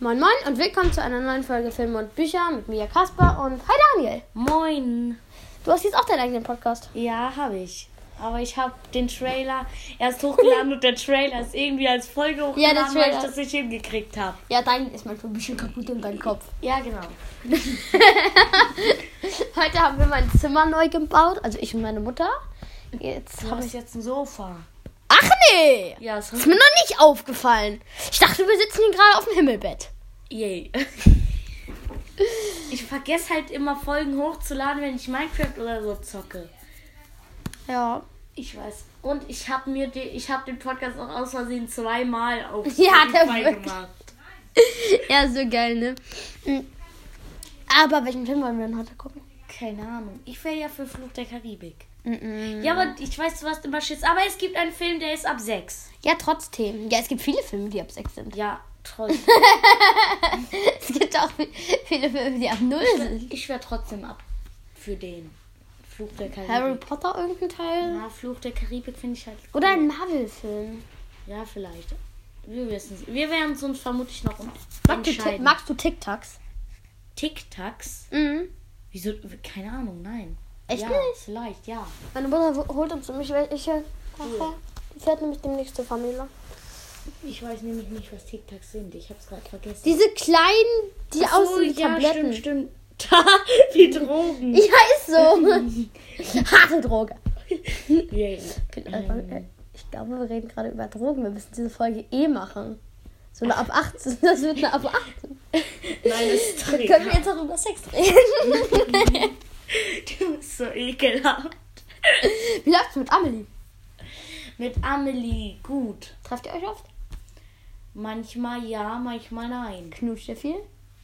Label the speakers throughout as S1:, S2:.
S1: Moin Moin und willkommen zu einer neuen Folge Filme und Bücher mit mir Kasper und Hi Daniel.
S2: Moin.
S1: Du hast jetzt auch deinen eigenen Podcast.
S2: Ja, habe ich. Aber ich habe den Trailer erst hochgeladen und der Trailer ist irgendwie als Folge
S1: Ja,
S2: hochgeladen,
S1: der
S2: weil ich
S1: Trailer.
S2: das nicht hingekriegt habe.
S1: Ja, dein ist manchmal ein bisschen kaputt in deinem Kopf.
S2: Ja, genau.
S1: Heute haben wir mein Zimmer neu gebaut, also ich und meine Mutter. Jetzt
S2: Du
S1: habe
S2: hast
S1: ich.
S2: jetzt ein Sofa.
S1: Ach nee!
S2: Ja, so.
S1: Ist mir noch nicht aufgefallen. Ich dachte, wir sitzen hier gerade auf dem Himmelbett.
S2: Yay. Ich vergesse halt immer Folgen hochzuladen, wenn ich Minecraft oder so zocke.
S1: Ja.
S2: Ich weiß. Und ich habe mir die, ich habe den Podcast auch aus Versehen zweimal auf
S1: Ja, der
S2: Spotify
S1: wirklich.
S2: gemacht.
S1: Ja, so geil, ne? Mhm. Aber welchen Film wollen wir denn heute gucken?
S2: Keine Ahnung. Ich wäre ja für Fluch der Karibik.
S1: Mhm.
S2: Ja, aber ich weiß, du hast immer Schiss. Aber es gibt einen Film, der ist ab sechs.
S1: Ja, trotzdem. Ja, es gibt viele Filme, die ab 6 sind.
S2: Ja, trotzdem.
S1: Es gibt auch viele Filme, die ab 0 sind.
S2: Ich wäre trotzdem ab für den Fluch der Karibik.
S1: Harry Potter irgendein Teil?
S2: Na, Fluch der Karibik finde ich halt.
S1: Oder ein Marvel-Film.
S2: Ja, vielleicht. Wir wissen es. Wir werden es uns vermutlich noch um-
S1: Magst, du Tic-
S2: entscheiden.
S1: magst du Tic-Tacs?
S2: Tic-Tacs?
S1: Mhm.
S2: Wieso? Keine Ahnung, nein.
S1: Echt
S2: ja,
S1: nicht?
S2: Vielleicht, ja.
S1: Meine Mutter wo- holt uns um nämlich welche.
S2: Cool.
S1: Die fährt nämlich demnächst zur Familie.
S2: Ich weiß nämlich nicht, was Tic-Tacs sind. Ich habe es gerade vergessen.
S1: Diese kleinen, die
S2: Ach so,
S1: aussehen wie
S2: ja,
S1: Tabletten.
S2: Stimmt, stimmt. die Drogen.
S1: Ja, ist so. Harte Droge.
S2: Yeah.
S1: Ähm, Ich glaube, wir reden gerade über Drogen. Wir müssen diese Folge eh machen. So eine ab 18. Das wird eine ab 18.
S2: Nein, das ist
S1: Dann können wir jetzt auch über Sex reden.
S2: Du bist so ekelhaft.
S1: Wie läuft's mit Amelie?
S2: Mit Amelie, gut.
S1: Trefft ihr euch oft?
S2: Manchmal ja, manchmal nein.
S1: Knutscht ihr viel?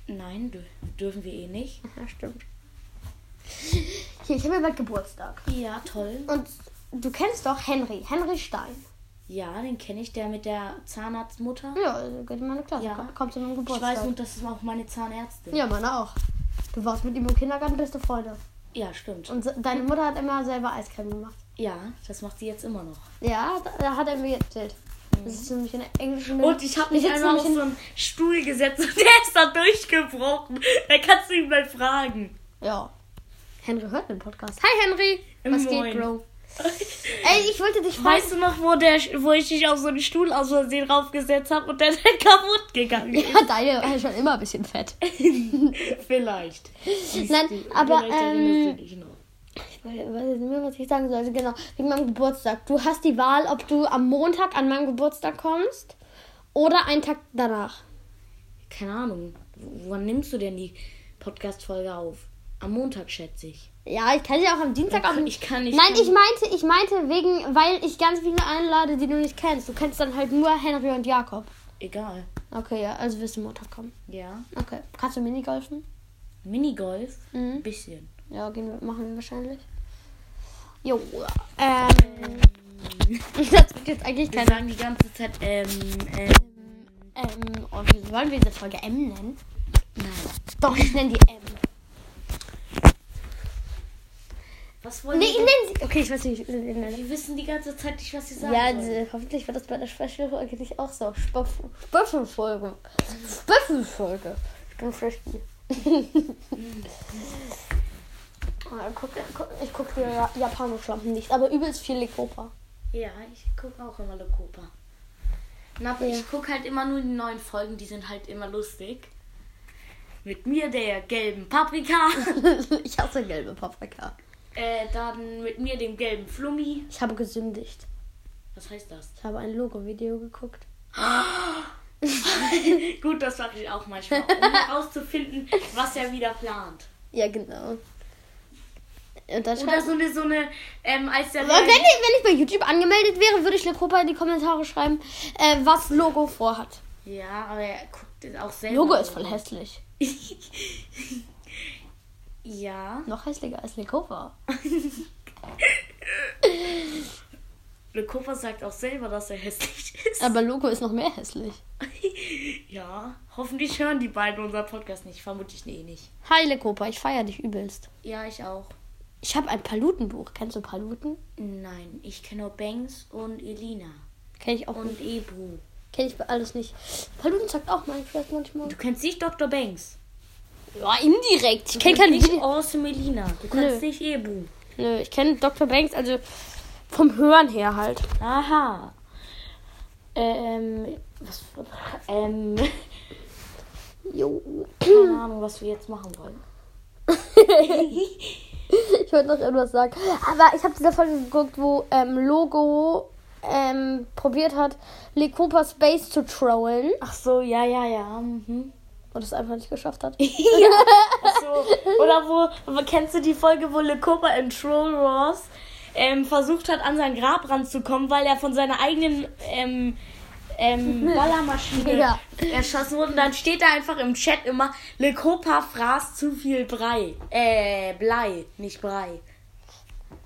S2: Nein, dür dürfen wir eh nicht.
S1: Ja, stimmt. Hier, ich habe ja bald Geburtstag.
S2: Ja, toll.
S1: Und du kennst doch Henry, Henry Stein.
S2: Ja, den kenne ich, der mit der Zahnarztmutter.
S1: Ja, also geht in meine Klasse.
S2: Ja.
S1: Ko- Kommt zu meinem
S2: Ich
S1: Geburtstag.
S2: weiß nur, das ist auch meine Zahnärztin.
S1: Ja, meine auch. Du warst mit ihm im Kindergarten beste Freunde.
S2: Ja, stimmt.
S1: Und se- deine Mutter hat immer selber Eiscreme gemacht.
S2: Ja, das macht sie jetzt immer noch.
S1: Ja, da, da hat er mir erzählt. Das ist nämlich in der englischen.
S2: Und ich habe mich
S1: Wir sitzen
S2: einmal auf
S1: nämlich
S2: so einen Stuhl gesetzt und der ist da durchgebrochen. Da kannst du ihn mal fragen.
S1: in- Ja. Henry hört den Podcast. Hi Henry! Was
S2: Moin.
S1: geht, Bro? Ey, ich wollte dich fragen.
S2: Weißt du noch, wo, der, wo ich dich auf so einen Stuhl aus Versehen draufgesetzt habe und der dann kaputt gegangen ist?
S1: ja, deine war schon immer ein bisschen fett.
S2: Vielleicht.
S1: Nein, aber.
S2: Vielleicht erinnerst
S1: Ähm,
S2: du dich noch.
S1: Weil, weiß jetzt nicht mehr, was ich sagen sollte. Genau, wegen meinem Geburtstag. Du hast die Wahl, ob du am Montag an meinem Geburtstag kommst oder einen Tag danach.
S2: Keine Ahnung. W- Wann nimmst du denn die Podcast-Folge auf? Am Montag, schätze ich.
S1: Ja, ich kann sie auch am Dienstag auf.
S2: Ich kann nicht.
S1: Nein, ich meinte, ich meinte wegen, weil ich ganz viele einlade, die du nicht kennst. Du kennst dann halt nur Henry und Jakob.
S2: Egal.
S1: Okay, ja, also wirst du Montag kommen.
S2: Ja.
S1: Okay. Kannst du Minigolfen?
S2: Minigolf?
S1: Mhm.
S2: Ein bisschen.
S1: Ja, gehen wir, machen wir wahrscheinlich. Jo, ähm. Das wird jetzt eigentlich
S2: Wir
S1: kein.
S2: sagen die ganze Zeit, ähm, ähm,
S1: Ähm, oh, wie wollen wir diese Folge M nennen?
S2: nein.
S1: Doch, ich nenne die M.
S2: Was wollen
S1: Nee,
S2: wir?
S1: ich nenne sie. Okay, ich weiß nicht. wie ich sie nenne.
S2: Wir wissen die ganze Zeit nicht, was sie sagen.
S1: Ja, also-
S2: wollen.
S1: d- hoffentlich wird das bei der Special-Folge nicht auch so. Spöff- Spöffelfolge. Spöffelfolge. Ich bin Frisbee. Ah, guck- guck- Ich gucke die Ja- Japanoschlampen nicht, aber übelst viel Lekopa.
S2: ja ich gucke auch immer Lokopa. Na, aber
S1: Ja.
S2: ich gucke halt immer nur die neuen Folgen, die sind halt immer lustig. Mit mir, der gelben Paprika.
S1: ich hasse gelbe Paprika.
S2: äh, dann mit mir, dem gelben Flummi.
S1: Ich habe gesündigt.
S2: Was heißt das?
S1: Ich habe ein Logo-Video geguckt.
S2: Gut, das mache ich auch manchmal, um herauszufinden, was er wieder plant.
S1: Ja, genau. Und dann
S2: Oder
S1: schreibt
S2: so eine, so eine, ähm, als der.
S1: Aber wenn ich, wenn ich bei YouTube angemeldet wäre, würde ich Lekopa in die Kommentare schreiben, äh, was Logo vorhat.
S2: Ja, aber er guckt es auch selber.
S1: Logo ist voll hässlich.
S2: hässlich. ja.
S1: Noch hässlicher als Lekopa.
S2: Le Cooper sagt auch selber, dass er hässlich ist.
S1: Aber Logo ist noch mehr hässlich. Ähm.
S2: ja. Hoffentlich hören die beiden unseren Podcast nicht. Vermutlich eh nicht.
S1: Hi Lekopa, ich feiere dich übelst.
S2: Ja, ich auch.
S1: Ich habe ein Palutenbuch. Kennst du Paluten?
S2: Nein, ich kenne nur Banks und Elina.
S1: Kenn ich auch.
S2: Und Ebru.
S1: Kenne ich alles nicht. Paluten sagt auch Minecraft manchmal.
S2: Du kennst nicht Dr. Banks.
S1: Ja, indirekt. Ich
S2: Du
S1: kenne
S2: kennst
S1: kein
S2: nicht
S1: Video.
S2: Awesome Elina. Du kannst nicht Ebu.
S1: Nö, ich kenne Dr. Banks, also vom Hören her halt.
S2: Aha.
S1: Äh,
S2: Ähm, was, ähm,
S1: Jo.
S2: keine Ahnung, was wir jetzt machen wollen.
S1: Ich wollte noch irgendwas sagen. Aber ich habe diese Folge geguckt, wo ähm, Logo ähm, probiert hat, Lecopa Space zu trollen.
S2: Ach so, ja, ja, ja. Mhm.
S1: Und es einfach nicht geschafft hat.
S2: Ach so. Oder wo, wo, kennst du die Folge, wo Le Copa in Troll Wars ähm, versucht hat, an sein Grab ranzukommen, weil er von seiner eigenen ähm, ähm, Ballermaschine
S1: Ja.
S2: erschossen wurde? Und dann steht da einfach im Chat immer, Le Copa fraß zu viel Brei. Äh, Blei, nicht Brei.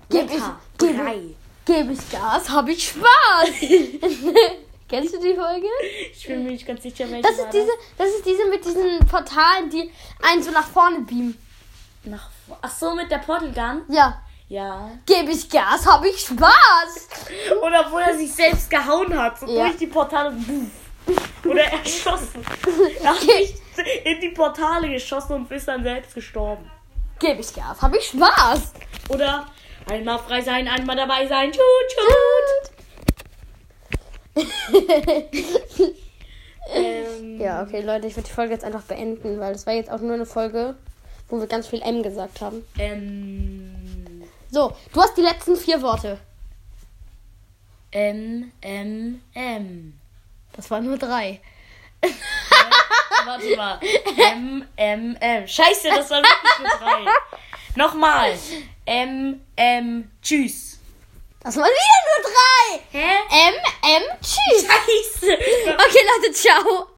S1: Gib
S2: Lecker,
S1: ich- gib ich-
S2: Brei.
S1: Gebe ich Gas, habe ich Spaß. Kennst du die Folge?
S2: Ich bin mir nicht ganz sicher, welche
S1: Das
S2: war
S1: ist diese, das ist diese mit diesen Portalen, die einen so nach vorne beamen.
S2: Nach, vor- ach so, mit der Portal Gun?
S1: Ja.
S2: Ja.
S1: Gebe ich Gas, habe ich Spaß.
S2: Oder wo er sich selbst gehauen hat, so
S1: Ja.
S2: durch die Portale. buff. Oder erschossen. Er hat
S1: Okay.
S2: sich in die Portale geschossen und ist dann selbst gestorben.
S1: Gebe ich Gas, habe ich Spaß.
S2: Oder einmal frei sein, einmal dabei sein. Tschut, tschut. ähm,
S1: Ja, okay, Leute, ich würde die Folge jetzt einfach beenden, weil es war jetzt auch nur eine Folge, wo wir ganz viel M gesagt haben.
S2: ähm,
S1: So, du hast die letzten vier Worte.
S2: ähm, ähm, ähm.
S1: Das waren nur drei.
S2: Warte mal. M, M, M. Scheiße, das waren wirklich nur drei. Nochmal. M, M, tschüss.
S1: Das waren wieder nur drei.
S2: Hä?
S1: M, M, tschüss.
S2: Scheiße.
S1: Okay, Leute, ciao.